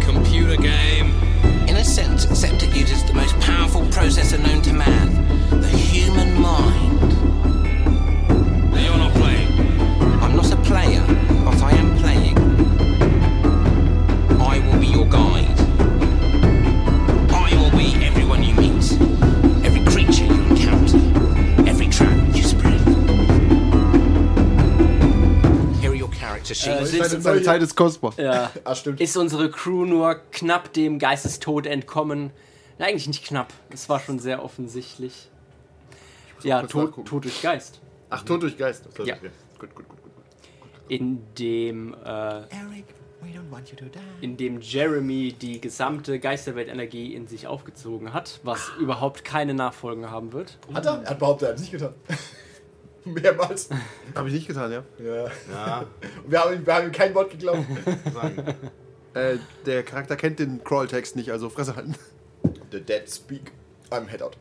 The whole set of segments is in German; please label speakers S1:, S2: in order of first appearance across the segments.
S1: computer game.
S2: In a sense, Sceptic uses the most powerful processor known to man the human mind.
S1: Now you're not playing.
S2: I'm not a player, but I am playing. I will be your guide. I will be everyone you meet, every creature you encounter, every trap you spread. Here are your character sheets.
S3: Seine, seine Zeit ist kostbar.
S4: Ja.
S5: Ah, stimmt.
S4: Also Ist unsere Crew nur knapp dem Geistestod entkommen? Na, eigentlich nicht knapp. Es war schon sehr offensichtlich. Ja,
S5: kurz
S4: Tod,
S5: nachgucken.
S4: Tod durch Geist.
S5: Ach, Tod durch Geist. Das war
S4: Ja.
S5: okay. Gut, gut, gut. gut.
S4: In dem, äh,
S6: Eric, we don't want you to die.
S4: in dem Jeremy die gesamte Geisterweltenergie in sich aufgezogen hat, was
S6: Ah.
S4: überhaupt keine Nachfolgen haben wird.
S5: Hat er? Er hat behauptet, er hat es nicht getan. Mehrmals.
S3: Habe ich nicht getan, ja.
S5: Ja.
S3: Ja.
S5: Und wir haben, ihm- wir haben ihm kein Wort geglaubt.
S3: Sagen. äh, der Charakter kennt den Crawl-Text nicht, also Fresse halten.
S5: The dead speak. I'm head out.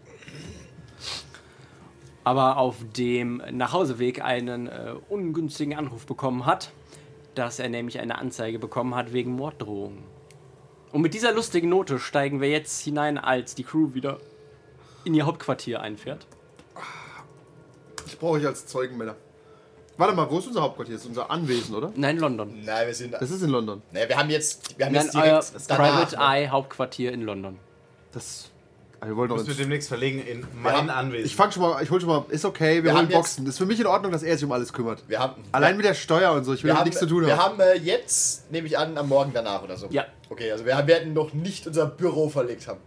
S4: aber auf dem Nachhauseweg einen äh, ungünstigen Anruf bekommen hat, dass er nämlich eine Anzeige bekommen hat wegen Morddrohung. Und mit dieser lustigen Note steigen wir jetzt hinein, als die Crew wieder in ihr Hauptquartier einfährt.
S3: Ich brauche euch als Zeugen, Männer. Warte mal, wo ist unser Hauptquartier? Das ist unser Anwesen, oder?
S4: Nein, London.
S5: Nein, wir sind.
S3: Das ist in London.
S5: Naja, wir haben jetzt. Wir haben
S4: Nein,
S5: jetzt
S4: euer
S5: direkt. danach,
S4: Private
S5: ne?
S4: Eye Hauptquartier in London.
S3: Das. Ah, wir wollen doch
S7: Müssen wir
S3: uns.
S7: demnächst verlegen in mein
S5: haben-
S7: Anwesen.
S3: Ich fang schon mal, ich hol schon mal, ist okay, wir,
S5: Wir
S3: holen
S5: haben jetzt-
S3: Boxen. Ist für mich in Ordnung, dass er sich um alles kümmert.
S5: Wir haben.
S3: Allein
S5: wir,
S3: mit der Steuer und so, ich will
S5: wir
S3: damit
S5: haben
S3: nichts zu tun
S5: Wir
S3: haben.
S5: haben äh, jetzt, nehme ich an, am Morgen danach oder so.
S4: Ja.
S5: Okay, also wir werden noch nicht unser Büro verlegt haben.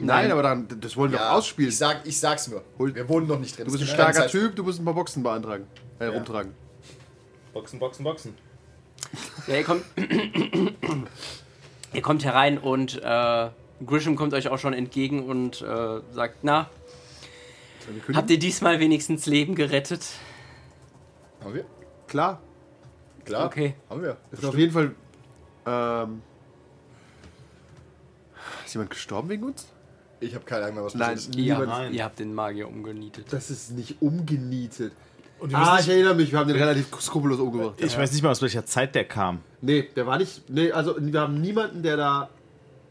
S3: Nein, aber dann, das wollen wir
S5: Ja,
S3: auch ausspielen.
S5: Ich, sag, ich sag's nur.
S3: Hol-
S5: Wir wohnen noch nicht drin.
S3: Du bist ein
S5: Es gibt
S3: starker
S5: keine Zeit.
S3: Typ, du musst ein paar Boxen beantragen. Äh, rumtragen.
S7: Boxen, Boxen, Boxen.
S4: Ja, ihr kommt, ihr kommt herein und äh, Grisham kommt euch auch schon entgegen und äh, sagt, na, habt ihr diesmal wenigstens Leben gerettet?
S5: Haben wir?
S3: Klar.
S5: Klar.
S4: Okay.
S5: Haben wir.
S3: Das ist auf jeden Fall. Ähm, ist jemand gestorben wegen uns?
S5: Ich habe keine Ahnung mehr, was
S3: Nein.
S5: passiert ist.
S4: Ihr,
S3: Also Niemand-
S4: habt-
S7: nein.
S4: ihr habt den Magier umgenietet.
S3: Das ist nicht umgenietet.
S7: Und wir
S3: Ah, ich
S7: wissen
S3: erinnere mich, wir haben den relativ skrupellos umgebracht.
S7: ich weiß nicht mal, aus welcher Zeit der kam.
S3: Nee, der war nicht. Nee, also wir haben niemanden, der da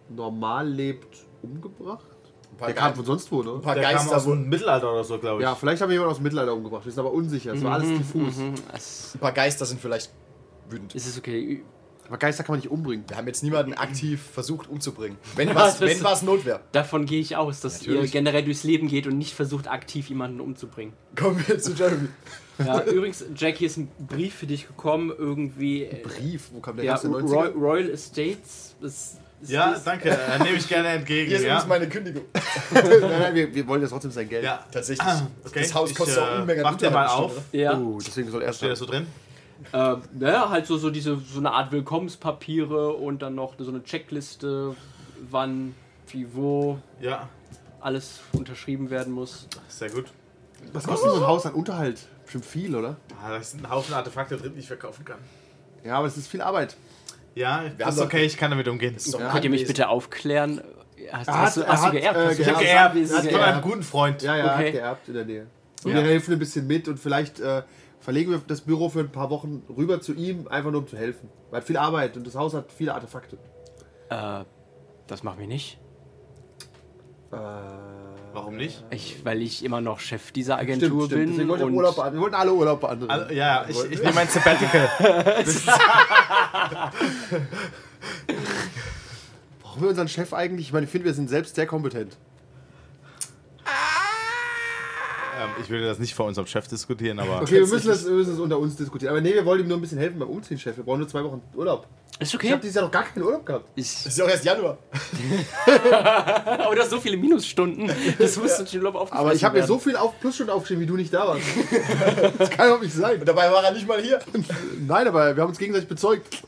S3: normal lebt, umgebracht.
S5: Ein paar,
S3: Der kam
S5: Ge
S3: von sonst wo, ne?
S5: ein paar
S7: Der kam
S5: Geister
S7: aus
S5: wurden.
S7: dem Mittelalter oder so, glaube ich.
S3: Ja, vielleicht haben wir jemanden aus dem Mittelalter umgebracht. Wir sind aber unsicher. Es war alles diffus.
S4: Mhm, Es
S5: Ein paar Geister sind vielleicht wütend.
S4: es ist okay.
S3: Aber Geister kann man nicht umbringen.
S5: Wir haben jetzt niemanden aktiv versucht umzubringen. Wenn was,
S4: das-
S5: wenn was Not wäre.
S4: Davon gehe ich aus, dass ihr
S5: Natürlich.
S4: generell durchs Leben geht und nicht versucht, aktiv jemanden umzubringen.
S5: Kommen wir zu Jeremy.
S4: Ja, übrigens, Jack, hier ist ein Brief für dich gekommen, irgendwie. äh,
S3: Brief, wo kam der
S4: Ja,
S3: aus den
S4: Roy
S3: 90ern?
S4: Royal Estates. Das ist
S7: Ja,
S4: das-
S7: danke. äh, Nehme ich gerne entgegen.
S5: Hier ist
S7: ja.
S5: übrigens meine Kündigung.
S3: Nein, nein, wir, wir wollen jetzt trotzdem sein Geld.
S7: ja.
S5: Tatsächlich.
S7: Ah, Okay.
S5: Das Haus
S7: Ich,
S5: kostet auch
S7: äh,
S5: Unmengen an
S7: Mach dir mal
S5: Unterhalt
S7: auf.
S5: bestimmt,
S4: ja.
S3: Uh, deswegen soll er
S7: Steht das
S3: starten.
S7: so drin?
S4: Äh, naja, halt so, so diese so eine Art Willkommenspapiere und dann noch so eine Checkliste, wann, wie, wo
S7: Ja.
S4: alles unterschrieben werden muss.
S7: Sehr gut.
S3: Was kostet so ein Haus an Unterhalt? Bestimmt viel, oder?
S7: Ah, da sind ein Haufen Artefakte drin, die ich verkaufen kann.
S3: Ja, aber es ist viel Arbeit.
S7: Ja,
S5: haben
S7: ist
S5: doch-
S7: okay, ich kann damit umgehen.
S5: Ist doch
S3: Ja.
S4: Könnt ihr mich
S5: anwesend.
S4: bitte aufklären? Hast,
S3: Er
S4: hast,
S3: hat-
S4: du, hast
S3: er
S4: du geerbt?
S3: hat, äh,
S4: hast du
S3: geerbt.
S7: Ich
S4: gesagt,
S7: habe geerbt.
S4: wir sind
S7: Das ist von
S4: geerbt?
S7: einem guten Freund.
S3: Ja, ja,
S4: Okay.
S3: geerbt in der Nähe. Und
S7: Ja.
S3: wir helfen ein bisschen mit und vielleicht äh, verlegen wir das Büro für ein paar Wochen rüber zu ihm, einfach nur um zu helfen. Weil viel Arbeit und das Haus hat viele Artefakte.
S4: Äh, das machen wir nicht.
S7: Warum nicht?
S4: Ich, weil ich immer noch Chef dieser
S3: Stimmt,
S4: Agentur
S3: stimmt. Deswegen
S4: bin.
S3: wollten
S4: Und
S3: wir, Urlaub beantragen. wir wollten alle Urlaub beantragen.
S7: Also, ja, ja, ich, ich nehme mein Sabbatical.
S3: Brauchen wir unseren Chef eigentlich? Ich meine, ich finde, wir sind selbst sehr kompetent.
S7: ähm, ich würde das nicht vor unserem Chef diskutieren, aber.
S3: Okay, wir müssen, das, wir müssen das unter uns diskutieren. Aber nee, wir wollen ihm nur ein bisschen helfen beim Umziehen, Chef. Wir brauchen nur zwei Wochen Urlaub.
S4: Ist
S3: Ich
S4: okay.
S3: habe dieses Jahr noch gar keinen Urlaub gehabt.
S4: Ich,
S5: Das ist ja auch erst Januar.
S4: aber du hast so viele Minusstunden. Das muss natürlich im Urlaub aufgefressen
S3: Aber ich habe mir
S4: werden.
S3: so viel auf Plusstunden aufgeschrieben, wie du nicht da warst. das kann doch nicht sein.
S5: Und dabei war er nicht mal hier.
S3: Nein, aber wir haben uns gegenseitig bezeugt.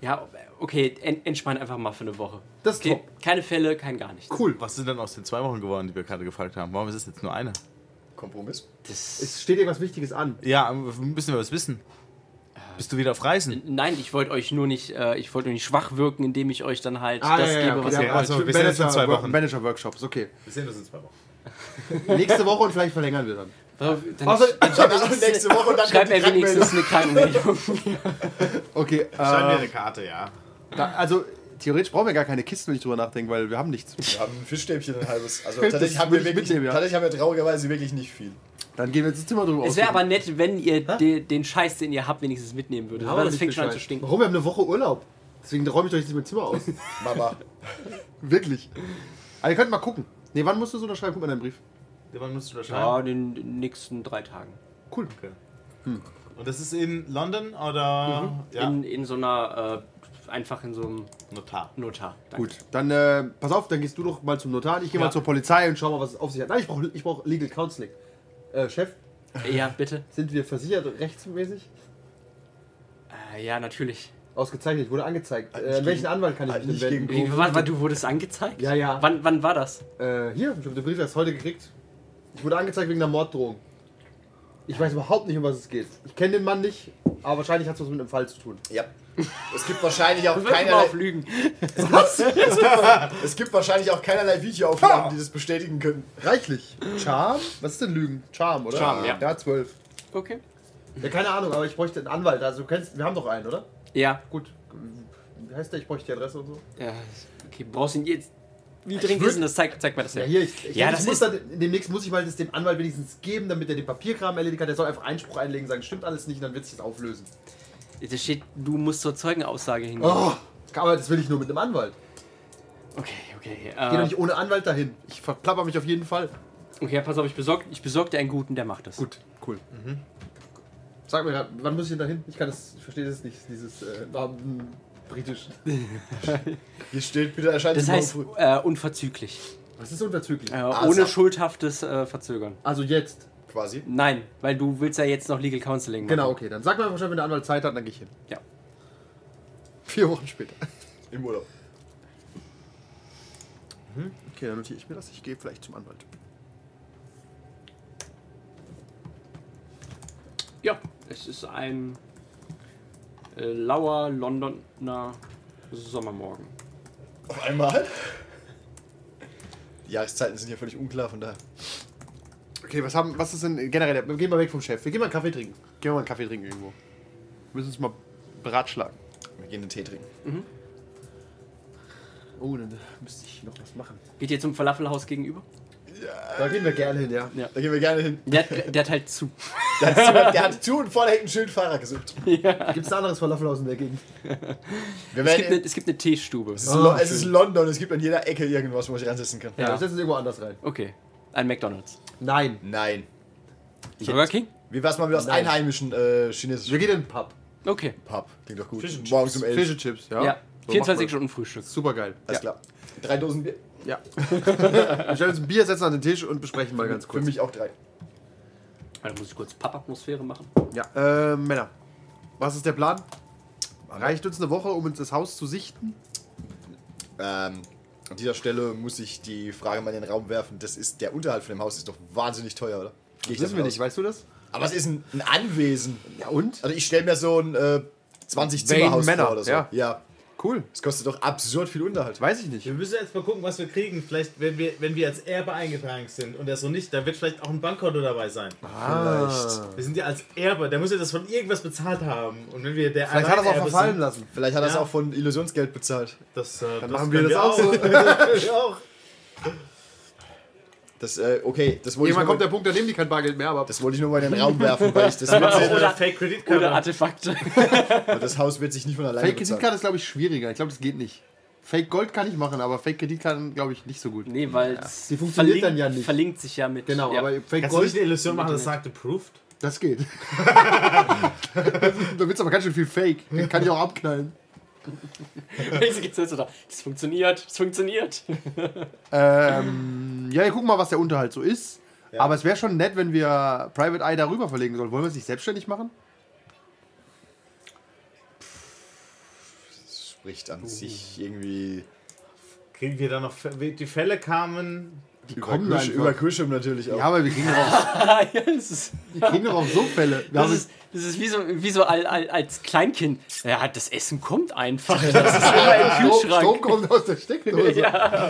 S4: Ja, okay, en, entspann einfach mal für eine Woche.
S3: Das ist
S4: Okay, keine Fälle, kein gar nichts.
S3: Cool.
S7: Was sind denn aus den zwei Wochen geworden, die wir gerade gefragt haben? Warum ist es jetzt nur eine?
S5: Kompromiss.
S4: Das,
S3: Es steht irgendwas Wichtiges an.
S7: Ja, müssen wir was wissen. Bist du wieder auf Reisen?
S4: nein, ich wollte euch nur nicht, äh, ich wollte nur nicht schwach wirken, indem ich euch dann halt
S3: Ah,
S4: das gebe, was
S7: okay.
S4: ihr
S7: also
S3: also,
S7: wir sehen uns in zwei Wochen.
S3: Manager Workshops, okay.
S7: Wir sehen uns in zwei Wochen.
S3: Nächste Woche und vielleicht verlängern wir dann.
S4: wollt. Dann
S3: Außer,
S5: Also nächste Woche und dann
S4: schreibt
S5: kommt die
S4: mir
S5: Krankmeldung.
S4: wenigstens eine Krankmeldung.
S3: okay,
S7: Schreib mir
S3: äh,
S7: eine Karte, ja.
S3: da, also theoretisch brauchen wir gar keine Kisten, wenn ich drüber nachdenke, weil wir haben nichts.
S5: Wir haben ein Fischstäbchen, ein halbes. Also
S3: Das
S5: tatsächlich haben, wir
S3: würde ich
S5: wirklich,
S3: mitnehmen, ja.
S5: tatsächlich haben wir traurigerweise wirklich nicht viel.
S3: Dann gehen wir jetzt ins Zimmer drüber
S4: Es
S3: aus.
S4: wäre aber nett, wenn ihr de, den Scheiß, den ihr habt, wenigstens mitnehmen würdet. weil das fängt schon an zu stinken.
S3: Warum? Wir haben eine Woche Urlaub. Deswegen räume ich euch nicht mein Zimmer aus.
S5: Mama.
S3: Wirklich. Aber ihr könnt mal gucken. Nee, wann musst du es unterschreiben? Guck mal deinen Brief.
S7: Wann musst du das
S4: Ja, in den, den nächsten drei Tagen.
S7: Cool. Okay. Und das ist in London oder
S3: Mhm.
S7: ja,
S4: In, in so einer, äh, einfach in so einem
S7: Notar?
S4: Notar. Danke.
S3: Gut, dann äh, pass auf, dann gehst du doch mal zum Notar. Ich gehe mal zur Polizei und schau mal, was es auf sich hat. Nein, ich brauche ich brauch Legal Counseling. Äh, Chef,
S4: Ja, bitte.
S3: sind wir versichert rechtsmäßig?
S4: Äh, ja, natürlich.
S3: Ausgezeichnet, wurde angezeigt.
S5: Eigentlich
S3: Äh, an welchen
S5: Halt gegen-
S3: Anwalt kann ich mich
S5: eigentlich
S3: denn wenden?
S5: gegen-
S4: Wie, wa- wa- du wurdest angezeigt?
S3: Ja, ja.
S4: Wann, wann war das?
S3: Äh, hier, ich habe den Brief erst heute gekriegt. Ich wurde angezeigt wegen einer Morddrohung. Ich weiß überhaupt nicht, um was es geht. Ich kenne den Mann nicht, aber wahrscheinlich hat es was mit einem Fall zu tun.
S5: Ja. Es gibt wahrscheinlich auch
S4: Wirf mal
S5: keinerlei,
S4: auf Lügen.
S5: es gibt wahrscheinlich auch keinerlei Videoaufnahmen, die das bestätigen können.
S3: Reichlich. Charm? Was ist denn Lügen? Charm, oder?
S4: Charme, ja.
S3: Ja, zwölf.
S4: Okay.
S3: Ja, keine Ahnung, aber ich bräuchte einen Anwalt. Also, du kennst, wir haben doch einen, oder?
S4: Ja.
S3: Gut. Wie heißt der? Ich bräuchte die Adresse und so.
S4: ja. Okay, brauchst ihn jetzt. Wie dringend ist denn das? Zeig, zeig mal das
S3: Ja,
S4: her.
S3: hier, ich, ich,
S4: Ja,
S3: ich
S4: das
S3: muss
S4: ist-
S3: dann, demnächst muss ich mal das dem Anwalt wenigstens geben, damit er den Papierkram erledigt hat. Der soll einfach Einspruch einlegen, sagen, stimmt alles nicht, und dann wird sich das auflösen.
S4: Da steht, du musst zur Zeugenaussage hingehen.
S3: Oh, aber das will ich nur mit einem Anwalt.
S4: Okay, okay.
S3: Geh doch
S4: Äh,
S3: nicht ohne Anwalt dahin. Ich verplapper mich auf jeden Fall.
S4: okay, pass auf, ich besorg, ich besorg dir einen guten, der macht das.
S3: Gut, cool. Sag mir grad, wann muss ich denn dahin? Ich kann das, ich verstehe das nicht, dieses äh, Namen britisch.
S5: Hier steht, bitte erscheint
S4: Das
S5: sie morgen
S4: heißt,
S5: früh.
S4: äh, unverzüglich.
S3: Was ist unverzüglich?
S4: Äh,
S5: Ah,
S4: ohne
S5: so.
S4: schuldhaftes äh, Verzögern.
S3: Also jetzt.
S5: quasi.
S4: Nein, weil du willst ja jetzt noch Legal Counseling machen.
S3: Genau, okay. Dann sag mir einfach schon, wenn der Anwalt Zeit hat, dann gehe ich hin.
S4: Ja.
S3: Vier Wochen später.
S5: Im Urlaub.
S3: Okay, dann notiere ich mir das. Ich gehe vielleicht zum Anwalt.
S4: Ja, es ist ein äh, lauer Londoner Sommermorgen.
S5: Auf einmal. Die Jahreszeiten sind hier völlig unklar, von daher.
S3: Okay, was haben, was ist denn generell? Wir gehen mal weg vom Chef. Wir gehen mal einen Kaffee trinken. Gehen wir mal einen Kaffee trinken irgendwo. Wir müssen uns mal beratschlagen.
S5: Wir gehen einen Tee trinken.
S3: Oh, dann müsste ich noch was machen.
S4: Geht ihr zum Falafelhaus gegenüber?
S3: Da gehen wir gerne hin, ja.
S5: Da gehen wir gerne hin.
S4: Der, hat- der hat halt zu.
S5: Der hat zu, der hat zu und vorne hängt ein Schild Fahrer gesucht.
S3: Gibt es ein anderes Falafelhaus in der Gegend?
S5: Wir
S4: Es gibt
S5: werden
S4: eine, es gibt eine Teestube.
S5: es, ist Lo-
S3: Ah,
S5: es ist
S3: schön.
S5: London, es gibt an jeder Ecke irgendwas, wo man sich ransetzen kann.
S3: Ja.
S4: Ja.
S3: Ich setze es irgendwo anders rein.
S4: Okay. Ein McDonalds.
S3: Nein.
S5: Nein.
S4: Burger King?
S5: Wie wär's mal mit aus
S3: Nein.
S5: einheimischen äh,
S3: Wir
S5: chinesischen
S3: gehen in den Pub.
S4: Okay.
S5: Pub? Klingt doch gut.
S7: Fish and
S5: Morgens um 11.
S3: Fish and Chips, ja.
S4: Ja.
S3: So
S4: 24
S3: macht man
S4: Stunden Frühstück.
S3: das. Super geil.
S5: Alles klar. Drei Dosen Bier.
S3: Ja. wir stellen uns ein Bier, setzen an den Tisch und besprechen mal ganz
S5: Für
S3: kurz.
S5: mich auch drei.
S4: Da muss ich kurz Pappatmosphäre machen.
S3: Ja. Äh, Männer, was ist der Plan? Reicht uns eine Woche, um uns das Haus zu sichten?
S5: Ähm, an dieser Stelle muss ich die Frage mal in den Raum werfen. Das ist der Unterhalt von dem Haus ist doch wahnsinnig teuer, oder? Geh ich
S3: Das wissen wir
S5: davon
S3: nicht,
S5: aus.
S3: weißt du das?
S5: Aber es ist ein, ein Anwesen.
S3: Ja und?
S5: Also ich stelle mir so ein äh,
S3: Wayne
S5: 20 Zimmerhaus
S3: Manor,
S5: vor oder so.
S3: ja.
S5: ja.
S3: Cool.
S5: Das kostet doch absurd viel Unterhalt.
S3: Weiß ich nicht.
S7: Wir müssen jetzt mal gucken, was wir kriegen. Vielleicht, wenn wir, wenn wir als Erbe eingetragen sind und er so nicht, dann wird vielleicht auch ein Bankkonto dabei sein.
S3: Ah.
S5: Vielleicht.
S7: Wir sind ja als Erbe, der muss ja das von irgendwas bezahlt haben. Und wenn wir der
S3: Vielleicht hat er es auch
S7: Alleinerbe
S3: verfallen
S7: sind,
S3: lassen.
S5: Vielleicht hat er es
S7: Ja.
S5: auch von Illusionsgeld bezahlt.
S7: Das, äh,
S3: Dann
S7: das
S3: machen wir
S7: können
S3: das auch so.
S7: wir auch.
S5: Das, äh, okay, das wollte, ich
S3: Irgendwann
S5: nur,
S3: kommt der
S5: mal,
S3: Punkt, da nehmen die kein Bargeld mehr, aber
S5: das wollte ich nur mal in den Raum werfen, weil ich das Haus,
S7: Oder Fake Kreditkarte.
S4: Oder Artefakte.
S5: das Haus wird sich nicht von alleine
S3: Fake
S5: bezahlen.
S3: Kreditkarte ist, glaube ich, schwieriger. Ich glaube, das geht nicht. Fake Gold kann ich machen, aber Fake Kreditkarten, glaube ich, nicht so gut.
S4: Nee, weil es
S3: Die funktioniert dann ja nicht.
S4: verlinkt sich ja mit.
S3: Genau,
S4: ja.
S3: aber Fake
S7: Kannst du nicht eine
S3: Gold,
S7: Illusion machen, das sagt approved?
S3: das geht. da wird es aber ganz schön viel Fake. Den kann ich auch abknallen.
S4: Jetzt geht's jetzt wieder. Es funktioniert, es funktioniert.
S3: Ähm, Ja, wir gucken mal, was der Unterhalt so ist. Aber es wäre schon nett, wenn wir Private Eye darüber verlegen sollen. Wollen wir es nicht selbstständig machen?
S5: Das spricht an sich irgendwie
S7: Kriegen wir da noch. Die Fälle kamen.
S3: Die
S5: über, Grish, über Grisham natürlich auch.
S3: Ja, aber wir kriegen doch auch,
S4: Ah, ja, das ist,
S3: wir kriegen doch auch so Fälle. Wir
S4: das
S3: haben
S4: ist, das ist wie so, wie so al- al- als Kleinkind. Ja, das Essen kommt einfach. Das ist immer im
S3: Strom, Strom
S4: Kühlschrank.
S3: kommt aus der Steckdose.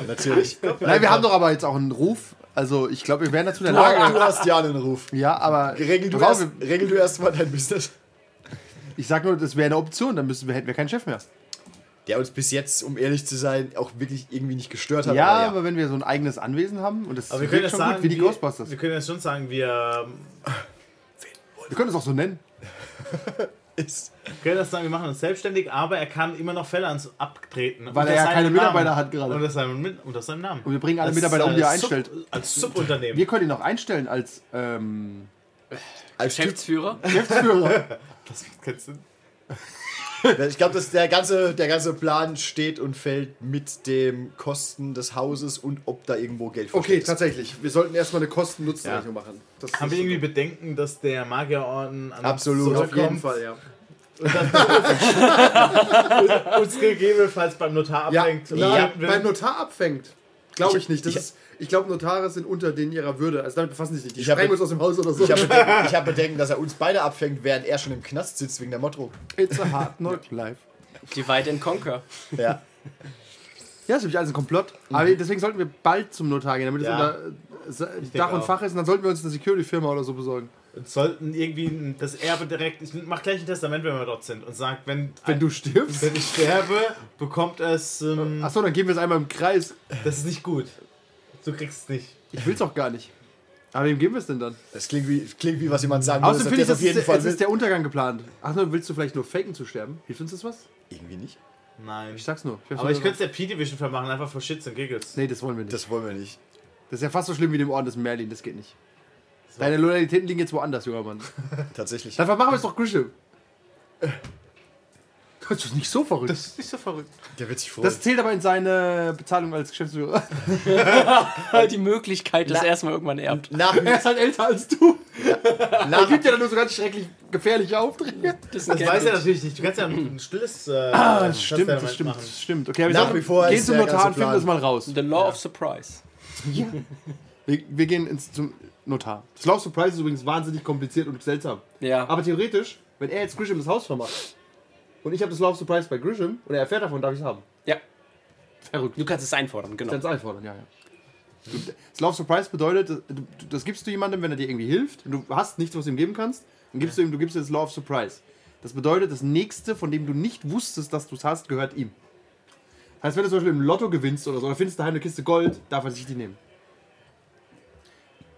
S5: Natürlich. Du,
S3: Nein, wir haben doch aber jetzt auch einen Ruf. Also ich glaube, wir wären dazu in der Lage.
S5: du hast ja einen Ruf.
S3: Ja, aber
S5: Regel du,
S3: Pass auf,
S5: erst, regel du erst mal dein Business.
S3: ich sag nur, das wäre eine Option, dann müssen wir, hätten wir keinen Chef mehr.
S5: der uns bis jetzt, um ehrlich zu sein, auch wirklich irgendwie nicht gestört hat.
S3: Ja,
S5: aber
S3: aber wenn wir so ein eigenes Anwesen haben und das
S7: Aber wir
S3: wirkt
S7: können das
S3: schon
S7: sagen,
S3: gut, wie die
S7: wir-
S3: Ghostbusters.
S7: Wir
S3: Wir
S7: können das schon sagen, wir ähm,
S3: können es auch so nennen.
S5: ist,
S7: können das sagen, wir machen uns selbstständig, aber er kann immer noch Fälle ans Abtreten.
S3: Weil er ja
S7: seinem
S3: keine Mitarbeiter
S7: Namen.
S3: hat gerade.
S7: Unter seinem, Mit- unter seinem Namen.
S3: Und wir bringen alle
S7: Als-
S3: Mitarbeiter um, die er
S7: als Sub-
S3: einstellt.
S7: Als Subunternehmen.
S3: Wir können ihn auch einstellen als ähm,
S5: als Typ,
S4: Geschäftsführer?
S3: Geschäftsführer.
S7: das macht keinen Sinn.
S5: ich glaube, dass der ganze, der ganze Plan steht und fällt mit dem Kosten des Hauses und ob da irgendwo Geld
S3: okay,
S5: versteckt ist.
S3: tatsächlich. Wir sollten erstmal eine Kosten-Nutzen-Rechnung machen. Das ist
S7: Haben wir irgendwie Bedenken, dass der Magierorden an
S5: Absolut,
S7: uns
S3: auf jeden
S7: zurückkommt
S3: Fall, ja.
S7: und dass uns gegebenenfalls beim Notar
S3: Ja,
S7: abhängt?
S3: na,
S7: ja,
S3: beim Notar abfängt. Glaube ich nicht. Das
S5: ich-
S3: ist, ich glaube, Notare sind unter denen ihrer Würde. Also damit befassen sie sich nicht. Die
S5: Ich hab-
S3: sprengen uns aus dem Haus oder so.
S5: Ich habe Bedenken, ich hab Bedenken, dass er uns beide abfängt, während er schon im Knast sitzt wegen der Motto.
S3: It's a hard knock life.
S4: Divide and Conquer.
S5: Ja.
S3: Ja, das ist nämlich alles ein Komplott. Aber deswegen sollten wir bald zum Notar gehen, damit
S7: Mhm. Ja.
S3: es unter äh, Dach und
S7: auch.
S3: Fach ist. Und dann sollten wir uns eine Security-Firma oder so besorgen.
S7: sollten irgendwie das Erbe direkt. Ich mach gleich ein Testament, wenn wir dort sind und sagt, wenn,
S3: Wenn du stirbst.
S7: wenn ich sterbe, bekommt es. Ähm,
S3: Achso, dann gehen wir es einmal im Kreis.
S7: das ist nicht gut. Du kriegst es nicht.
S3: Ich will's auch gar nicht. Aber wem geben wir es denn dann?
S5: Das klingt wie, klingt wie was jemand sagen würde.
S3: Außerdem finde ich, das
S5: dass er auf jeden
S3: ist,
S5: Fall
S3: es
S5: will.
S3: ist der Untergang geplant. Achso, willst du vielleicht nur faken zu sterben? Hilft uns das was?
S5: Irgendwie nicht.
S7: Nein.
S3: Ich sag's nur. hab's
S7: Aber ich
S3: nur-
S7: könnte es der P-Division vermachen, einfach für Shits und Giggles.
S3: Nee, das wollen wir nicht. Das,
S5: Das wollen wir nicht.
S3: ist ja fast so schlimm wie dem Orden des Merlin. Das geht nicht. Deine Loyalitäten liegen jetzt woanders, junger Mann.
S5: Tatsächlich.
S3: Dann machen wir es doch Grisham. Äh. Das ist nicht so verrückt. Das,
S7: ist nicht so verrückt.
S5: Der wird sich freuen.
S3: das zählt aber in seine Bezahlung als Geschäftsführer. Halt.
S4: Die Möglichkeit, dass er erstmal irgendwann erbt.
S5: nach,
S3: Er ist halt älter als du. Er
S5: nach,
S3: gibt ja dann nur so ganz schrecklich gefährliche Aufträge.
S4: Das, ist ein
S7: Das weiß er
S4: Gambit.
S7: natürlich nicht. Du kannst ja ein stilles. Äh, ah,
S3: das stimmt. Okay, aber
S5: Nach
S3: sag,
S5: wie vor
S3: geh
S5: ist
S3: zum
S5: der
S3: Notar
S5: ganze
S3: und find
S5: Plan-
S3: das mal raus.
S4: The Law of Surprise.
S3: Wir, wir gehen ins, zum Notar. Das Love Surprise ist übrigens wahnsinnig kompliziert und seltsam.
S4: Ja.
S3: Aber theoretisch, wenn er jetzt Grisham das Haus vermacht und ich habe das Love Surprise bei Grisham und er erfährt davon, darf ich es haben.
S4: ja.
S3: Verrückt.
S4: Du kannst es einfordern, genau.
S3: Ganz einfordern, ja, ja. Du- Das Love Surprise bedeutet, du- du- das gibst du jemandem, wenn er dir irgendwie hilft und du hast nichts, was du ihm geben kannst, dann gibst du ihm, du gibst dir das Love Surprise. Das bedeutet, das nächste, von dem du nicht wusstest, dass du es hast, gehört ihm. Das heißt, wenn du zum Beispiel im Lotto gewinnst oder so, oder findest daheim eine Kiste Gold, darf er sich die nehmen.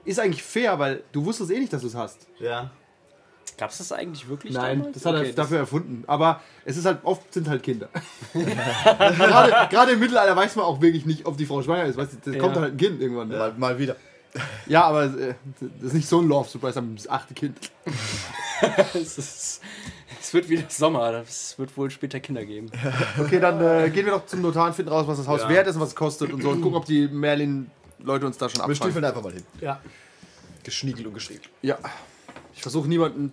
S3: Ist eigentlich fair, weil du wusstest eh nicht, dass du es hast.
S7: Ja.
S4: Gab's das eigentlich wirklich
S3: Nein,
S4: damals?
S3: das hat er
S4: Okay,
S3: dafür erfunden. Aber es ist halt, oft sind halt Kinder. gerade, gerade im Mittelalter weiß man auch wirklich nicht, ob die Frau schwanger ist. Weißt du, das kommt
S4: Ja.
S3: halt ein Kind irgendwann. Ne?
S5: mal, mal wieder.
S3: Ja, aber äh, das ist nicht so ein Love Surprise am achte Kind.
S4: Es, ist, es wird wieder Sommer, es wird wohl später Kinder geben.
S3: Okay, dann äh, gehen wir doch zum Notar und finden raus, was das Haus
S7: Ja.
S3: wert ist und was es kostet und so und gucken, ob die Merlin-Leute uns da schon
S5: Wir
S3: abfangen.
S5: stiefeln einfach mal hin.
S7: Ja.
S5: Geschniegelt und geschrieben.
S3: Ja. Ich versuche niemanden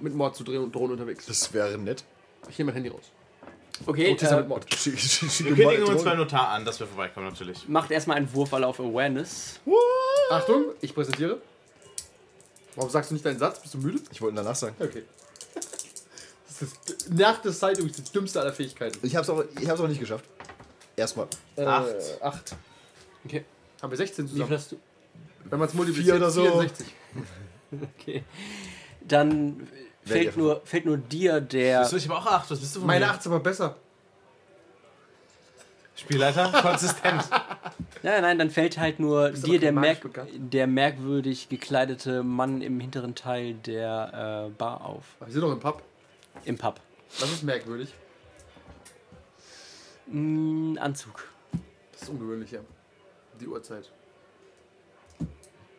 S3: mit Mord zu drehen und drohen unterwegs.
S5: Das wäre nett.
S3: Ich nehme mein Handy raus.
S4: Okay,
S3: Prozesse
S4: äh,
S3: mit Mord.
S7: Wir kündigen uns beim Notar an, dass wir vorbeikommen, natürlich.
S4: macht erstmal einen Wurf alle auf Awareness.
S3: Achtung, ich präsentiere. Warum sagst du nicht deinen Satz? Bist du müde?
S5: Ich wollte ihn danach sagen.
S3: Okay. Das ist nach der Zeit übrigens die dümmste aller Fähigkeiten.
S5: Ich hab's auch, ich hab's auch nicht geschafft. Erstmal.
S3: Äh,
S7: Acht.
S3: acht.
S4: Okay.
S3: Haben wir 16
S4: Wie viel
S3: zusammen.
S4: hast du?
S3: Wenn man es
S5: Vier
S3: multipliziert,
S5: oder so.
S3: 64.
S4: Okay. Dann fällt
S5: ihr-
S4: nur, fällt nur dir der.
S7: ich habe auch acht. Was bist du von
S3: Meine 8 ist aber besser.
S7: Spielleiter? Konsistent.
S4: Nein, nein, dann fällt halt nur dir
S3: aber
S4: der,
S3: kein
S4: merk
S3: Magier, gell?
S4: der merkwürdig gekleidete Mann im hinteren Teil der äh, Bar auf.
S3: Aber wir sind doch im Pub.
S4: Im Pub.
S3: Das ist merkwürdig.
S4: Mm, Anzug.
S3: Das ist ungewöhnlich, ja. Die Uhrzeit.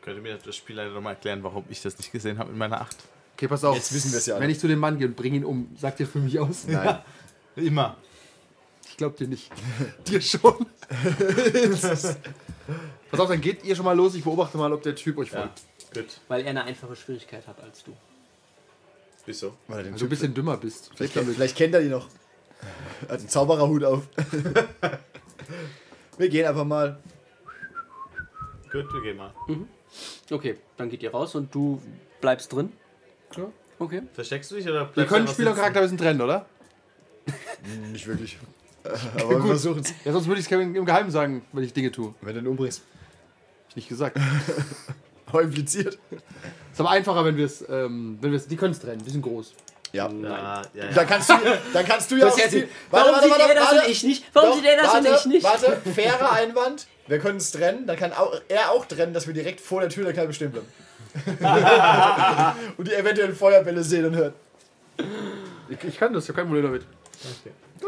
S7: Könnte mir das Spielleiter nochmal erklären, warum ich das nicht gesehen habe mit meiner acht?
S3: Okay, pass auf.
S5: Jetzt wissen wir's ja alle.
S3: Wenn ich zu dem Mann gehe und bring ihn um, sagt ihr für mich aus?
S5: Nein.
S7: Immer.
S3: Ich glaub dir nicht. dir schon. pass auf, dann geht ihr schon mal los. Ich beobachte mal, ob der Typ euch folgt.
S7: Gut.
S4: Weil er eine einfache Schwierigkeit hat als du.
S7: Wieso?
S5: Weil er den
S3: Wenn du ein
S5: Typ-
S3: bisschen dümmer bist.
S5: vielleicht, vielleicht kennt er die noch. Er Hat einen Zaubererhut auf. Wir gehen einfach mal.
S7: Gut, wir gehen mal.
S4: Okay, dann geht ihr raus und du bleibst drin.
S3: Klar.
S4: Okay.
S7: Versteckst du dich oder bleibst
S3: Wir können
S7: du einfach
S3: Spieler und Charakter ein bisschen trennen, oder?
S5: Nicht wirklich. Aber wir versuchen's.
S3: Ja, sonst würde ich es im Geheimen sagen, wenn ich Dinge tue.
S5: Wenn du ihn umbringst.
S3: Hab ich nicht gesagt.
S5: Aber impliziert.
S3: ist aber einfacher, wenn wir es, ähm, wenn wir es, die können es trennen, die sind groß.
S5: Ja.
S7: Ja, ja, ja.
S5: Dann kannst du, dann kannst du ja auch.
S4: Das ist
S5: die-
S4: jetzt- Warum sieht er das und ich nicht? Warum
S5: Doch,
S4: sieht er das
S5: warte,
S4: und ich nicht?
S5: Warte, fairer Einwand. Wir können es trennen, dann kann auch, er auch trennen, dass wir direkt vor der Tür der Kneipe stehen bleiben. und die eventuellen Feuerbälle sehen und hören.
S3: Ich, ich kann das, ich habe kein Problem damit.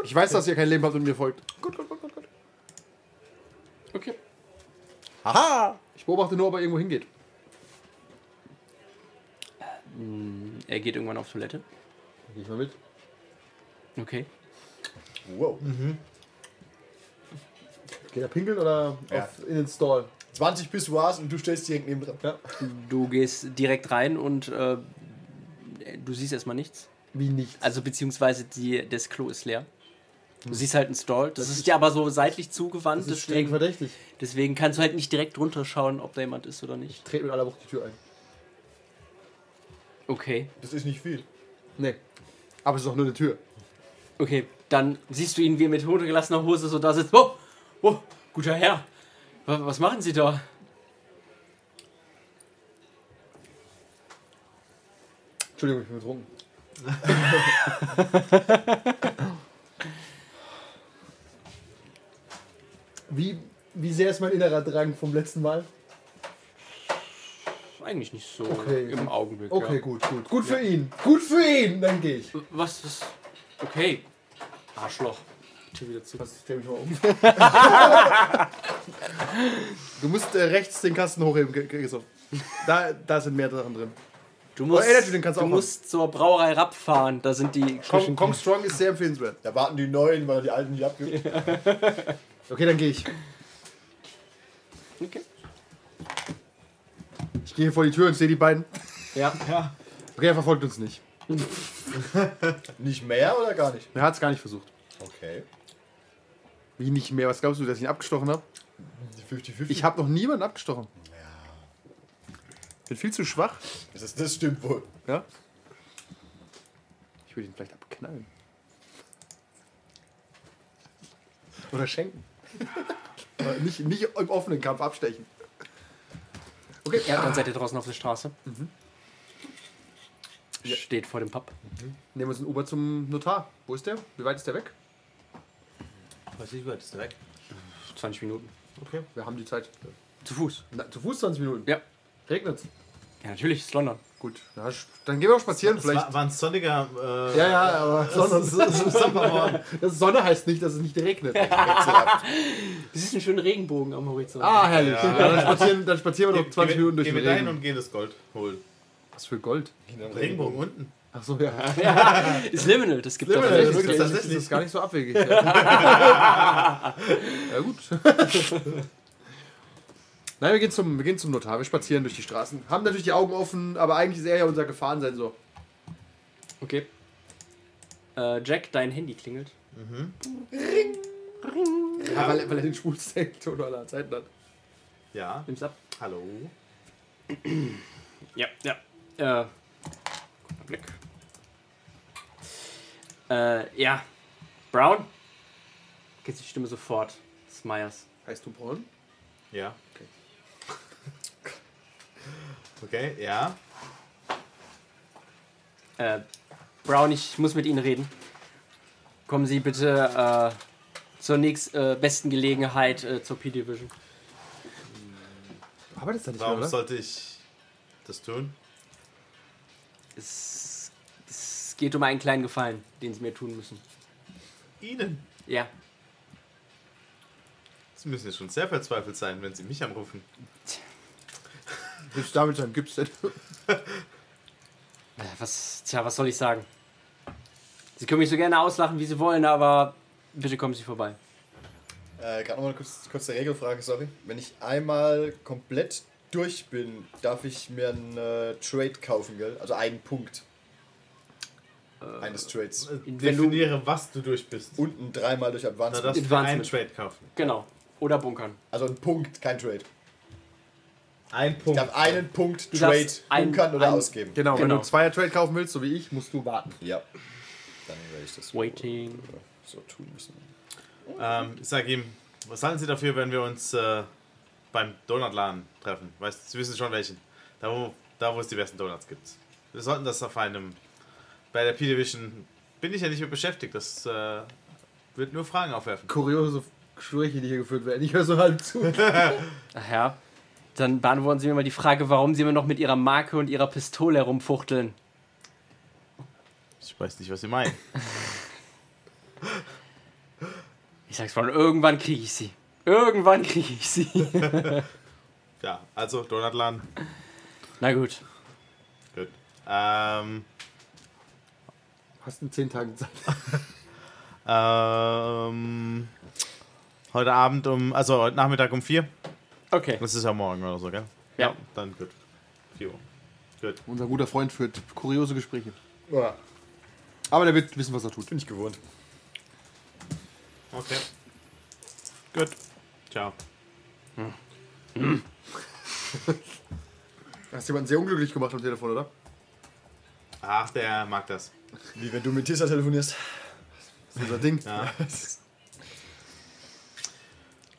S3: Ich weiß, dass ihr kein Leben habt und mir folgt. Gut, gut, gut, gut, gut. Okay.
S5: Haha!
S3: Ich beobachte nur, ob er irgendwo hingeht.
S4: Er geht irgendwann auf Toilette.
S3: Geh ich mal mit.
S4: Okay.
S5: Wow.
S4: Mhm.
S3: Geht er pinkeln oder
S5: Ja.
S3: auf, in den Stall?
S5: 20 Pissoirs und du stellst direkt neben dran.
S4: Du gehst direkt rein und äh, du siehst erstmal nichts.
S3: Wie nicht?
S4: Also beziehungsweise die, das Klo ist leer. Du siehst halt einen Stall. Das, ist ja aber so seitlich zugewandt,
S3: das ist streng
S4: deswegen,
S3: verdächtig.
S4: deswegen kannst du halt nicht direkt runterschauen, ob da jemand ist oder nicht.
S3: Trete mit aller Wucht die Tür ein.
S4: Okay.
S5: Das ist nicht viel.
S3: Nee. Aber es ist doch nur eine Tür.
S4: Okay, dann siehst du ihn, wie er mit runtergelassener Hose so da sitzt. Oh, oh, guter Herr. Wa- Was machen Sie da?
S3: Entschuldigung, ich bin betrunken. wie, wie sehr ist mein innerer Drang vom letzten Mal?
S4: Eigentlich nicht so
S3: Okay.
S4: im Augenblick.
S3: Okay,
S4: ja.
S3: gut, gut. Gut für ihn. Gut für ihn. Dann gehe ich.
S4: Was, was? Okay. Arschloch.
S3: Pass, ich dreh mich mal um. du musst äh, rechts den Kasten hochheben, Ge- Ge- Christoph. Da, da sind mehr Sachen drin.
S4: Du musst,
S3: Oh, Energy Drink kannst du
S4: du
S3: auch
S4: musst zur Brauerei Rapp fahren. Da sind die
S3: Kong, Kong Strong ist sehr empfehlenswert.
S5: Da warten die Neuen, weil er die Alten nicht abgibt.
S3: Okay, dann gehe ich.
S4: Okay.
S3: Ich gehe vor die Tür und sehe die beiden.
S4: Ja.
S3: Okay, er verfolgt uns nicht.
S5: Nicht mehr oder gar nicht?
S3: Er hat es gar nicht versucht.
S5: Okay.
S3: Wie nicht mehr? Was glaubst du, dass ich ihn abgestochen habe?
S5: Die 50-50.
S3: Ich habe noch niemanden abgestochen. Bin viel zu schwach.
S5: Das, das stimmt wohl.
S3: Ja. Ich würde ihn vielleicht abknallen. Oder schenken. Aber nicht, nicht im offenen Kampf abstechen. Okay.
S4: Ja, Mhm. dann seid ihr draußen auf der Straße. Steht vor dem Pub.
S3: Nehmen wir uns einen Uber zum Notar. Wo ist der? Wie weit ist der weg?
S7: Weiß ich, was ist weg?
S4: 20 Minuten.
S7: Okay.
S3: Wir haben die Zeit.
S4: Zu Fuß.
S3: Na, zu Fuß 20 Minuten.
S4: Ja.
S3: Regnet's.
S4: Ja, natürlich, ist London.
S3: Gut. Na, dann gehen wir auch spazieren
S7: Vielleicht. War,
S3: vielleicht.
S7: war ein sonniger. Äh,
S3: Ja, ja, aber
S7: Sommermorgen.
S3: Sonne, das Sonne heißt nicht, dass es nicht regnet.
S4: Du siehst einen schönen Regenbogen am Horizont.
S3: Ah, herrlich. Ja, dann, spazieren, dann spazieren wir noch 20
S7: gehen, wir-
S3: Minuten durch
S7: Gehen
S3: den
S7: wir dahin und
S3: Regen.
S7: gehen das Gold holen.
S3: Was für Gold?
S7: Regenbogen unten.
S3: Ach so, ja.
S4: Ah. Ist Liminal, das gibt tatsächlich.
S3: Tatsächlich,
S7: das
S3: tatsächlich,
S7: gibt's
S3: ist das
S7: tatsächlich.
S3: gar nicht so abwegig. Ja, ja gut. Nein, wir gehen, zum, wir gehen zum Notar, wir spazieren durch die Straßen. Haben natürlich die Augen offen, aber eigentlich ist er ja unser Gefahrensensor.
S4: Okay. Äh, Jack, dein Handy klingelt.
S3: Ja, weil, er- weil er den schwulsten Ton aller Zeiten hat.
S7: Ja.
S4: Nimm's ab.
S7: Hallo.
S4: Ja, ja. Äh, guter Blick. Äh, ja. Brown? Kennst die Stimme sofort. Das ist Myers.
S3: Heißt du Braun?
S7: Ja. Okay, ja.
S4: Äh, Brown, ich muss mit Ihnen reden. Kommen Sie bitte äh, zur nächst äh, besten Gelegenheit äh, zur P-Division.
S3: Arbeitest du da nicht
S7: Warum
S3: mehr, oder?
S7: sollte ich das tun?
S4: Es, es geht um einen kleinen Gefallen, den Sie mir tun müssen.
S7: Ihnen.
S4: Ja.
S7: Sie müssen ja schon sehr verzweifelt sein, wenn Sie mich anrufen.
S3: Willst du damit sein? Gibt's denn?
S4: Äh, Was, tja, was soll ich sagen? Sie können mich so gerne auslachen, wie Sie wollen, aber bitte kommen Sie vorbei.
S5: Äh, Gerade nochmal eine kurz, kurze Regelfrage, sorry. Wenn ich einmal komplett durch bin, darf ich mir einen äh, Trade kaufen, gell? Also einen Punkt.
S4: Äh,
S5: Eines Trades.
S4: Wenn du-
S7: Äh, Definiere, was du durch bist.
S5: Unten dreimal durch
S7: Na,
S5: Advanced.
S7: das du einen
S4: Advancement.
S7: Trade kaufen.
S4: Genau. Oder bunkern.
S5: also ein Punkt, kein Trade.
S7: Ein
S5: Ich
S7: Punkt.
S5: darf einen Punkt
S4: Du
S5: Trade
S4: darfst ein-
S5: bunkern oder
S4: ein-
S5: ausgeben.
S3: Genau, wenn
S4: Genau.
S3: du einen Zweier-Trade kaufen willst, so wie ich, musst du warten.
S5: Ja. Dann werde ich das
S4: Waiting.
S5: so tun müssen.
S7: Ähm, ich sage ihm, was halten Sie dafür, wenn wir uns äh, beim Donutladen treffen? Weißt, Sie wissen schon welchen. Da wo, da, wo es die besten Donuts gibt. Wir sollten das auf einem bei der P-Division bin ich ja nicht mit beschäftigt. Das äh, wird nur Fragen aufwerfen.
S3: Kuriose Gespräche, die hier geführt werden. Ich höre so halb zu.
S4: Ach ja. Dann beantworten Sie mir mal die Frage, warum Sie immer noch mit Ihrer Marke und Ihrer Pistole herumfuchteln.
S7: Ich weiß nicht, was Sie meinen.
S4: Ich sag's mal, irgendwann kriege ich sie. Irgendwann kriege ich sie.
S7: Ja, also Donutladen.
S4: Na gut.
S7: Gut. Ähm,
S3: Hast in zehn Tagen Zeit.
S7: ähm, heute Abend um, also heute Nachmittag um vier.
S4: Okay.
S7: Das ist ja morgen oder so, gell?
S4: Ja.
S7: Dann gut. 4 Uhr.
S3: Unser guter Freund führt kuriose Gespräche.
S5: Boah,
S3: Aber der wird wissen, was er tut.
S5: bin ich gewohnt.
S7: Okay. Gut. Ciao.
S3: Hast jemanden sehr unglücklich gemacht am Telefon, oder?
S7: Ach, der mag das.
S5: Wie wenn du mit Tissa telefonierst.
S3: Das ist unser Ding.
S7: Ja.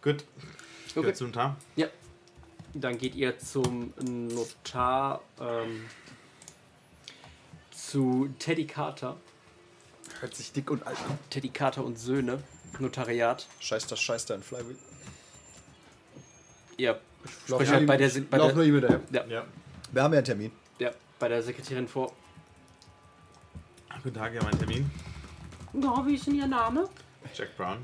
S7: gut. Gut zum Tag.
S4: Dann geht ihr zum Notar, ähm, zu Teddy Carter.
S3: Hört sich dick und äh, alt an.
S4: Teddy Carter und Söhne, Notariat.
S5: Scheiß das, scheiß dein Flywheel.
S4: Ihr
S3: Lauf
S4: sprecht halt
S3: nur
S4: bei
S3: ihm-
S4: der, Se- bei,
S3: Lauf nur
S4: der,
S3: ihm hinterher.
S7: Ja.
S5: Wir haben ja einen Termin.
S4: ja, bei der Sekretärin vor.
S7: Guten Tag, ja, mein Termin.
S4: Ja, wie ist denn Ihr Name?
S7: Jack Brown.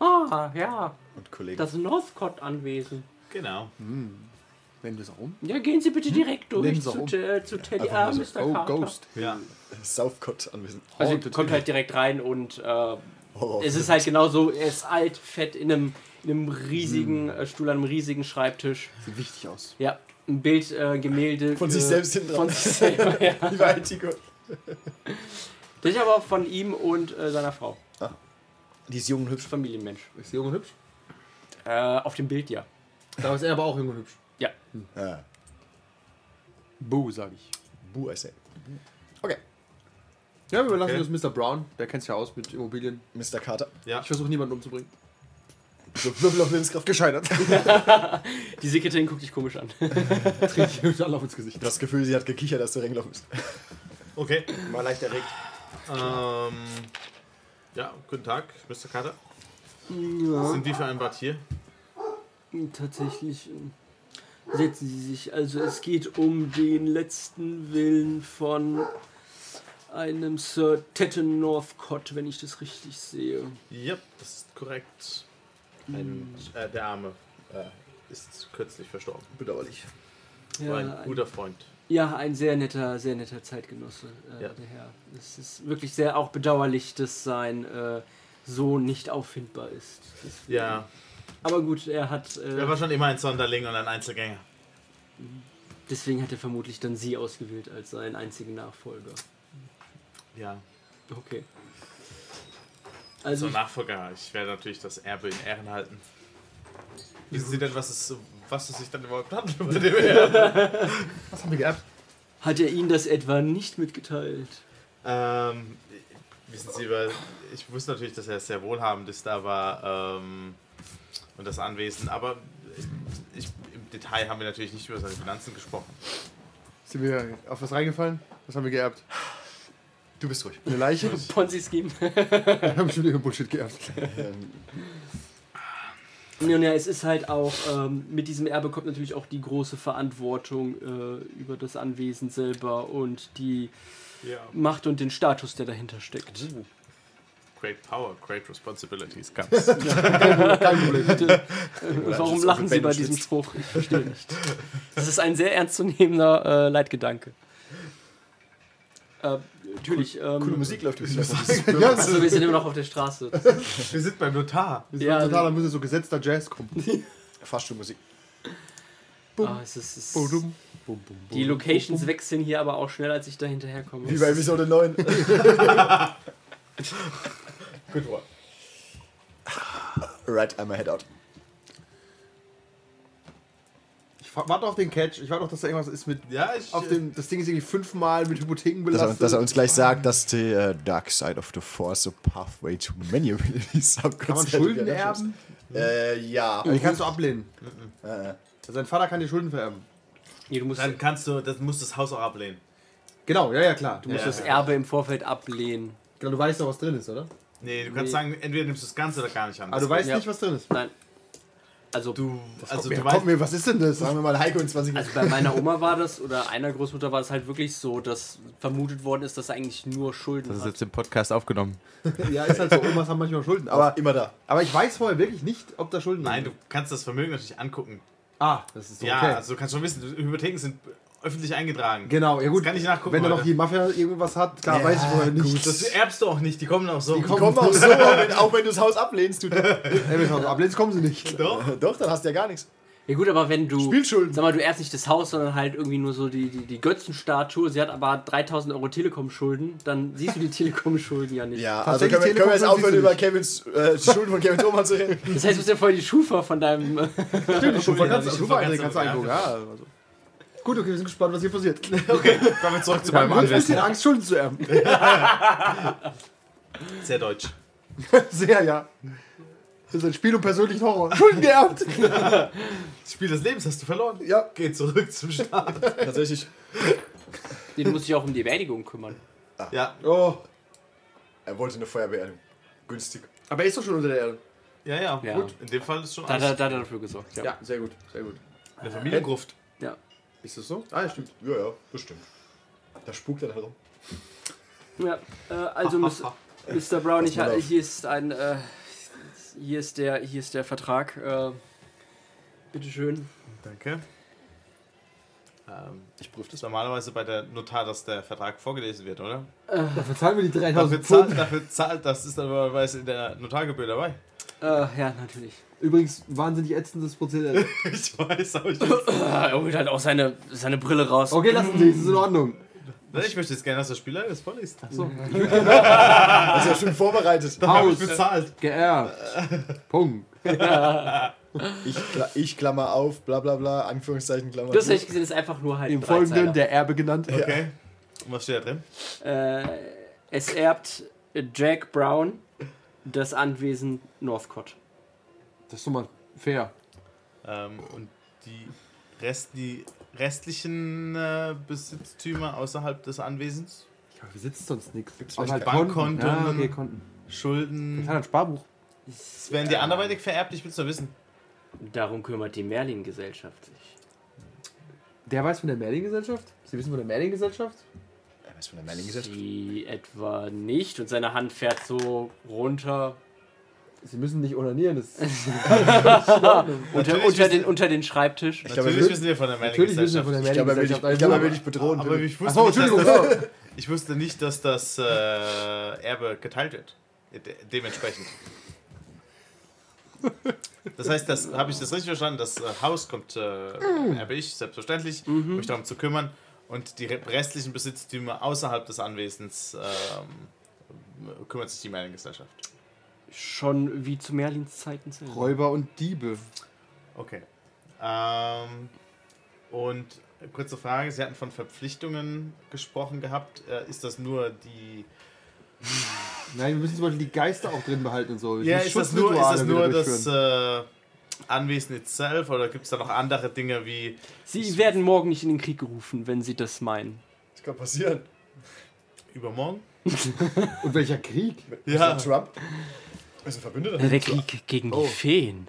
S4: Ah, ja,
S5: Und Kollegen.
S4: das Northcott-Anwesen.
S7: Genau.
S3: Wenden wir es auch um.
S4: Ja, gehen Sie bitte direkt durch
S3: Nehmen Sie
S4: zu,
S3: um.
S4: Te- äh, zu Teddy
S5: Einfach
S4: ah,
S5: nur
S4: Mr.
S5: so,
S3: Oh,
S4: Carter.
S3: Ghost.
S7: Ja.
S5: Saufgott anwesend. Oh,
S4: Also ihr
S3: Haunted
S4: kommt halt direkt rein und äh,
S5: Horror.
S4: es ist halt genauso, er ist alt, fett, in einem, in einem riesigen
S5: Hm.
S4: äh, Stuhl, an einem riesigen Schreibtisch.
S3: Sieht wichtig aus.
S4: Ja, ein Bild, äh, Gemälde.
S5: Von
S4: äh,
S5: sich selbst hinten
S4: Von
S5: dran.
S4: sich selber, ja.
S5: Wie war Tico?
S4: Das ist aber von ihm und äh, seiner Frau.
S5: Die ist jung und hübsch.
S4: Familienmensch.
S3: Ist sie jung und hübsch?
S4: Äh, auf dem Bild ja.
S3: Da ist er aber auch jung und hübsch.
S4: Ja.
S5: Ah.
S3: Boo, sag ich.
S5: Boo, I say.
S3: Ja, wir überlassen
S7: Okay.
S3: das Mr. Brown. Der kennt sich ja aus mit Immobilien.
S5: Mr. Carter.
S7: Ja.
S3: Ich versuche niemanden umzubringen.
S5: So, Würfel auf Lebenskraft. Gescheitert.
S4: Die Sekretärin guckt dich komisch an.
S3: Trete ich alle auf ins Gesicht.
S5: Das Gefühl, sie hat gekichert, dass du reingelaufen bist.
S7: Okay.
S5: Mal leicht erregt.
S7: Ähm, ja, guten Tag, Mr. Carter. Sind wie vereinbart hier?
S4: Hm, Tatsächlich äh, setzen sie sich. Also es geht um den letzten Willen von einem Sir Tetten Northcott, wenn ich das richtig sehe.
S7: Ja, das ist korrekt. Ein, äh, der Arme äh, ist kürzlich verstorben.
S5: Bedauerlich.
S7: War
S4: Ja,
S7: ein
S4: ein,
S7: guter Freund.
S4: ja, ein sehr netter, sehr netter Zeitgenosse, äh,
S7: Ja.
S4: der Herr. Es ist wirklich sehr auch bedauerlich, dass sein äh, Sohn nicht auffindbar ist. Deswegen-
S7: Ja,
S4: Aber gut, er hat. Äh,
S7: er war schon immer ein Sonderling und ein Einzelgänger.
S4: deswegen hat er vermutlich dann sie ausgewählt als seinen einzigen Nachfolger.
S7: Ja,
S4: Okay.
S7: so
S4: Also, ich-
S7: Nachfolger. Ich werde natürlich das Erbe in Ehren halten. Wissen Sie denn, was es, was es sich dann überhaupt handelt bei dem Erbe?
S3: Was haben wir geerbt?
S4: hat er Ihnen das etwa nicht mitgeteilt?
S7: Ähm, wissen Sie, weil ich wusste natürlich, dass er sehr wohlhabend ist, aber ähm, und das Anwesen, aber ich, im Detail haben wir natürlich nicht über seine Finanzen gesprochen.
S3: Sind wir auf was reingefallen? Was haben wir geerbt?
S5: Du bist ruhig.
S3: Eine Leiche?
S4: Ponzi-Scheme.
S3: Wir haben schon irgendeinen Bullshit geerbt.
S5: Ähm,
S4: Nun ja, es ist halt auch, ähm, mit diesem Erbe kommt natürlich auch die große Verantwortung äh, über das Anwesen selber und die
S7: Ja.
S4: Macht und den Status, der dahinter steckt.
S7: Great power, great responsibilities comes.
S3: Kein Problem.
S4: Bitte, äh,
S5: das
S4: warum
S5: ist
S4: lachen
S5: mit
S4: Sie bei
S5: Bänden
S4: diesem
S5: schwitzt.
S4: Spruch? Ich verstehe nicht. Das ist ein sehr ernstzunehmender äh, Leitgedanke. Äh, natürlich. Ähm,
S5: Coole Musik läuft übrigens.
S3: Ja, das
S4: Also
S3: ist
S4: wir sind immer noch auf der Straße.
S7: wir sind beim Notar.
S3: wir sind
S4: Ja, also,
S3: total, da müsste so gesetzter Jazz kommen.
S5: Fahrstuhlmusik.
S4: Ah, es ist, es
S3: Oh,
S4: ist, die Locations wechseln hier aber auch schneller, als ich da hinterherkomme.
S5: Wie bei Episode 9.
S7: Good one.
S5: right, einmal head out.
S3: Ich fa- warte auf den Catch. Ich warte auf, dass da irgendwas ist mit.
S7: Ja, ich. äh,
S3: Auf dem, das Ding ist irgendwie fünfmal mit Hypotheken
S5: Dass er,
S3: belastet.
S5: dass er uns gleich sagt, dass die äh, Dark Side of the Force a pathway to many abilities haben.
S3: kann man Schulden erben?
S5: Äh, ja.
S3: Aber die
S7: Mhm.
S3: kannst du ablehnen. Äh, Sein Vater kann dir Schulden vererben.
S4: Nee, du musst,
S7: Dann kannst du, das musst du das Haus auch ablehnen.
S3: Genau, ja, ja, klar. Du, musst
S7: Ja.
S3: das,
S4: Das Erbe im Vorfeld ablehnen.
S3: genau, du weißt doch, was drin ist, oder?
S7: Nee, du kannst
S4: Nee.
S7: sagen, entweder nimmst du das Ganze oder gar nicht an.
S3: Aber Ah, du
S7: Das-
S3: weißt
S4: Ja.
S3: nicht, was drin ist.
S4: Nein. Also,
S7: Du, also
S3: Ja,
S7: du
S3: komm,
S7: weißt,
S3: mir, was ist denn das?
S5: Sagen wir mal Heiko in 20
S4: also bei meiner Oma war das oder einer Großmutter war es halt wirklich so, dass vermutet worden ist, dass er eigentlich nur Schulden
S7: das ist
S4: hat.
S7: jetzt im Podcast aufgenommen.
S3: Ja, ist halt so, Omas haben manchmal Schulden.
S5: Aber
S3: Also, Aber,
S5: immer da.
S3: aber ich weiß vorher wirklich nicht, ob da Schulden
S7: Nein, du
S3: drin sind.
S7: kannst das Vermögen natürlich angucken.
S3: Ah, das ist so,
S7: Ja,
S3: okay.
S7: also du kannst schon wissen, Hypotheken sind öffentlich eingetragen.
S3: genau, ja gut.
S7: kann ich nachgucken,
S3: Wenn da noch
S7: Leute.
S3: die Mafia irgendwas hat, klar,
S5: Ja,
S3: weiß ich vorher nicht.
S5: gut.
S7: Das erbst du auch nicht, die kommen auch so.
S3: Die kommen-
S5: Komm auch so, wenn, auch wenn du das Haus ablehnst, du.
S3: Ey, wir schauen, ab jetzt kommen sie nicht.
S7: Doch.
S5: Doch, dann hast du ja gar nichts.
S4: Ja gut, aber wenn du,
S5: Spielschulden.
S4: sag mal, du erbst nicht das Haus, sondern halt irgendwie nur so die, die, die Götzenstatue, sie hat aber 3000 Euro Telekom-Schulden, dann siehst du die Telekom-Schulden ja nicht.
S5: Ja, also
S3: Tatsächlich
S5: können wir, können wir jetzt
S3: Telekom
S5: aufhören,
S3: sind
S5: über
S3: sie
S5: Kevins äh, Schulden von Kevins Oma zu reden.
S4: Das heißt, du bist ja voll die Schufa von deinem... äh,
S3: Stimmt, schon
S7: Schulden, also
S3: kannst
S7: nicht
S3: du
S7: Schufa
S3: kannst
S7: kannst
S3: du
S7: du,
S3: angucken. Ja, also. Gut, okay, wir sind gespannt, was hier passiert.
S7: Kommen wir zurück zu
S3: Wir
S7: meinem
S3: haben ein
S7: Anwesen.
S3: bisschen Angst, Schulden zu erben.
S7: Sehr deutsch.
S3: Sehr, ja. Das ist ein Spiel um persönlichen Horror. Schulden geerbt!
S7: Das Spiel des Lebens hast du verloren.
S5: Ja.
S7: Geh zurück zum Start.
S5: Tatsächlich.
S4: Den musst dich auch um die Beerdigung kümmern.
S7: Ja,
S3: Oh.
S5: Er wollte eine Feuerbeerdigung. Günstig.
S3: Aber er ist doch schon unter der Erde.
S7: ja, ja,
S4: Ja.
S7: gut. In dem Fall ist schon
S4: Da,
S7: alles.
S4: da, da hat er dafür gesorgt, ja.
S3: Ja, sehr gut, sehr gut.
S7: Eine Familiengruft.
S4: ja.
S3: Ist das so? Ah, ja, stimmt.
S5: Ja, ja, bestimmt. Da spukt er dann rum.
S4: Ja, äh, also Miss, Mr. Brown, ich,
S5: Pass mal auf.
S4: hier ist ein, äh, hier ist der, hier ist der Vertrag. Äh, bitteschön.
S7: Danke. Ähm, ich prüfe das normalerweise bei der Notar, dass der Vertrag vorgelesen wird, oder?
S3: Dafür zahlen wir die
S7: Dafür
S3: 3000
S7: zahlt,
S3: Pfund.
S7: dafür zahlt, das ist dann normalerweise in der Notargebühr dabei.
S4: Äh, ja, natürlich.
S3: Übrigens, wahnsinnig ätzendes Prozedere.
S7: Ich weiß, aber ich, ich
S4: Er holt halt auch seine, seine Brille raus.
S3: Okay, lassen Sie es, ist in Ordnung.
S7: möchte jetzt gerne, dass der Spieler das vorliest.
S3: Achso.
S5: Ist ja schon vorbereitet.
S3: Haus
S7: bezahlt.
S3: geerbt. Punkt.
S5: Ich, kla- ich Klammer auf, bla bla bla, Anführungszeichen Klammer
S4: Das
S5: zu.
S4: hätte ich gesehen, ist einfach nur halt.
S3: Im
S4: drei
S3: Folgenden
S4: Zeiler.
S3: der Erbe genannt.
S7: Okay. Und was steht da drin?
S4: Äh, es erbt Jack Brown das Anwesen Northcott.
S3: Das ist doch mal fair.
S7: Ähm, und die, Rest, die restlichen äh, Besitztümer außerhalb des Anwesens?
S3: Ich glaube, wir sitzen sonst nichts. Gibt's
S7: vielleicht Bankkonten?
S3: Ja, okay, Konten.
S7: Schulden?
S3: Ich habe ein Sparbuch.
S7: Das werden die anderweitig vererbt? Ich will es nur wissen.
S4: Darum kümmert die Merlin-Gesellschaft sich.
S3: Der weiß von der Merlin-Gesellschaft? Sie wissen von der Merlin-Gesellschaft?
S5: Er ist von der Merlin gesagt.
S4: Die etwa nicht und seine Hand fährt so runter
S3: Sie müssen nicht onanieren. Das ist
S4: unter,
S7: Natürlich
S4: Ah, unter,
S7: wissen-
S4: den, unter den Schreibtisch.
S5: glaube,
S7: Natürlich
S5: wir-
S7: wissen wir von der
S3: natürlich wissen wir
S7: Meldungsgesellschaft.
S3: von der
S5: Ich glaube, er will dich,
S3: Merlin-Gesellschaft.
S5: ich glaube, er will dich bedrohen.
S7: Aber ich wusste,
S3: Achso,
S7: nicht, dass
S3: Entschuldigung.
S7: das,
S3: so.
S7: ich wusste nicht, dass das äh, Erbe geteilt wird. De dementsprechend. Das heißt, das habe ich das richtig verstanden? Das äh, Haus kommt, äh, erbe ich, selbstverständlich, um mich darum zu kümmern. Und die re- restlichen Besitztümer außerhalb des Anwesens ähm, kümmert sich die Meldungsgesellschaft.
S4: Schon wie zu Merlins Zeiten selber.
S3: Räuber und Diebe.
S7: Okay. Ähm, und kurze Frage, Sie hatten von Verpflichtungen gesprochen gehabt. Äh, ist das nur die...
S3: Nein, wir müssen zum Beispiel die Geister auch drin behalten und so. Wir
S7: Ja,
S3: müssen
S7: ist das nur, ist das,
S3: Schutzrituale
S7: nur
S3: wieder
S7: das
S3: durchführen.
S7: äh, Anwesen itself oder gibt es da noch andere Dinge wie...
S4: Sie werden morgen nicht in den Krieg gerufen, wenn Sie das meinen.
S5: Das kann passieren.
S7: Übermorgen? äh
S3: Und welcher Krieg?
S7: Ja.
S5: Ist Trump? Also Ist ein Verbündeter?
S4: Der Krieg gegen die Feen.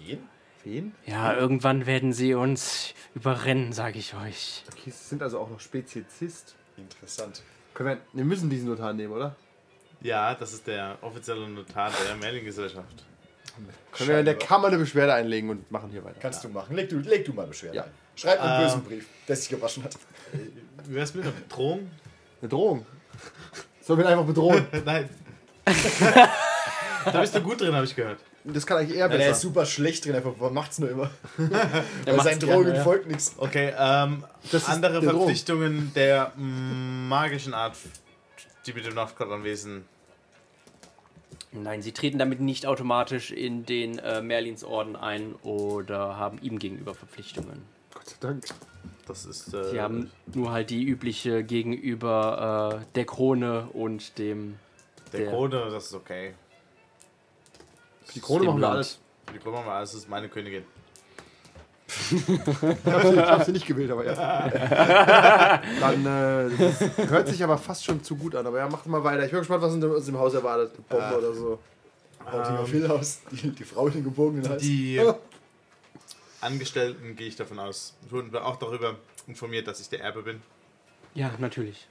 S5: Wen?
S3: Wen?
S4: Ja, irgendwann werden sie uns überrennen, sage ich euch.
S3: Okay, es sind also auch noch Speziesist.
S5: Interessant.
S3: Können wir, wir müssen diesen Notar nehmen, oder?
S7: Ja, das ist der offizielle Notar der Mailinggesellschaft.
S3: Können wir in der Kammer eine Beschwerde einlegen und machen hier weiter.
S5: Kannst du machen. Leg du, leg du mal Beschwerde
S3: Ja.
S5: ein. Schreib einen
S7: Ähm.
S5: bösen Brief, der sich gewaschen hat.
S7: Wie wär's mit einer Bedrohung?
S3: Eine Drohung. Sollen wir ihn einfach bedrohen?
S7: Nein. da bist du gut drin, habe ich gehört.
S3: Das kann eigentlich eher
S5: Ja, der ist
S3: besser.
S5: super schlecht drin, einfach macht's nur immer. Weil
S4: macht's
S5: seinen Drogen
S4: gerne, ja.
S5: folgt nichts.
S7: Okay, ähm,
S3: Das ist
S7: andere
S3: der Drohung.
S7: Verpflichtungen der mm, magischen Art, die mit dem Northcott anwesen.
S4: Nein, sie treten damit nicht automatisch in den äh, Merlins Orden ein oder haben ihm gegenüber Verpflichtungen.
S3: Gott sei Dank.
S7: Das ist. Äh,
S4: Sie haben nur halt die übliche gegenüber äh, der Krone und dem,
S7: der
S4: der-
S7: Krone, das ist okay.
S3: Die Krone
S4: dem
S3: machen wir
S4: Land.
S3: alles.
S7: Für Die Krone machen wir alles, das ist meine Königin.
S8: Ich habe sie nicht gewählt, aber ja. Dann äh, das hört sich aber fast schon zu gut an. Aber ja, macht mal weiter. Ich bin gespannt, was in dem- aus dem Haus erwartet. Eine
S3: Äh,
S8: Bombe oder so.
S3: Baut die
S5: Ähm,
S3: auf Hillhaus, die, die Frau in den gebogenen Hals.
S7: Die
S3: Ah.
S7: Angestellten, gehe ich davon aus, wurden auch darüber informiert, dass ich der Erbe bin.
S4: Ja, natürlich.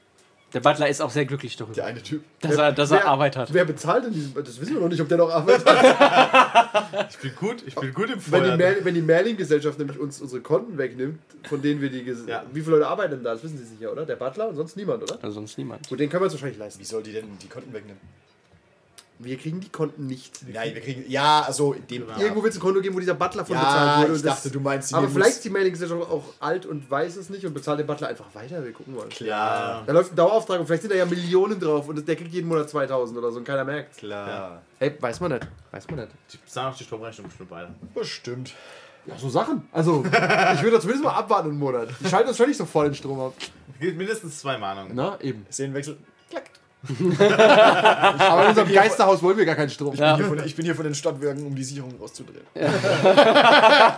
S4: Der Butler ist auch sehr glücklich
S3: Der
S4: darüber,
S3: eine Typ.
S4: dass er, dass er Arbeit hat.
S3: Wer bezahlt in diesem. Das wissen wir noch nicht, ob der noch Arbeit hat.
S7: Ich bin gut, ich bin gut im
S3: wenn, die
S7: Feuer.
S3: Mail, wenn die Mailing-Gesellschaft nämlich uns unsere Konten wegnimmt, von denen wir die. ges-
S7: Ja.
S3: Wie viele Leute arbeiten denn da? Das wissen Sie sicher, oder? Der Butler und sonst niemand, oder?
S4: Also sonst niemand.
S3: Gut, den können wir uns wahrscheinlich leisten.
S5: Wie soll die denn die Konten wegnehmen?
S3: Wir kriegen die Konten nicht.
S5: Nein, wir kriegen. Ja, also in dem.
S3: Genau. Irgendwo wird es ein Konto geben, wo dieser Butler von
S5: Ja,
S3: bezahlt wurde.
S5: ich
S3: und das-
S5: dachte, du meinst, die
S3: Aber
S5: nehmen
S3: vielleicht
S5: uns-
S3: ist die Mailing-Gesellschaft auch alt und weiß es nicht und bezahlt den Butler einfach weiter. Wir gucken mal.
S5: Klar,
S3: Da läuft ein Dauerauftrag und vielleicht sind da ja Millionen drauf und der kriegt jeden Monat 2000 oder so und keiner merkt.
S5: klar.
S3: Hey, weiß man nicht. Weiß man nicht.
S7: Die bezahlen auch die Stromrechnung bestimmt beide.
S5: Bestimmt.
S3: Ja, so Sachen. Also, ich würde zumindest mal abwarten einen Monat. Die schalten uns schon nicht so voll den Strom ab.
S7: Gilt mindestens zwei Mahnungen.
S3: Na, eben.
S5: Szenenwechsel.
S3: Aber in unserem Geisterhaus wollen wir gar keinen Strom.
S4: Ja.
S5: Hier von- Ich bin hier von den Stadtwerken, um die Sicherung auszudrehen. Ja.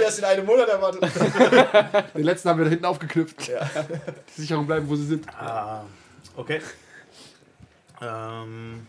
S5: erst in einem Monat erwartet.
S3: Den letzten haben wir da hinten aufgeknüpft. Die Sicherungen bleiben, wo sie sind.
S7: Okay. Ähm,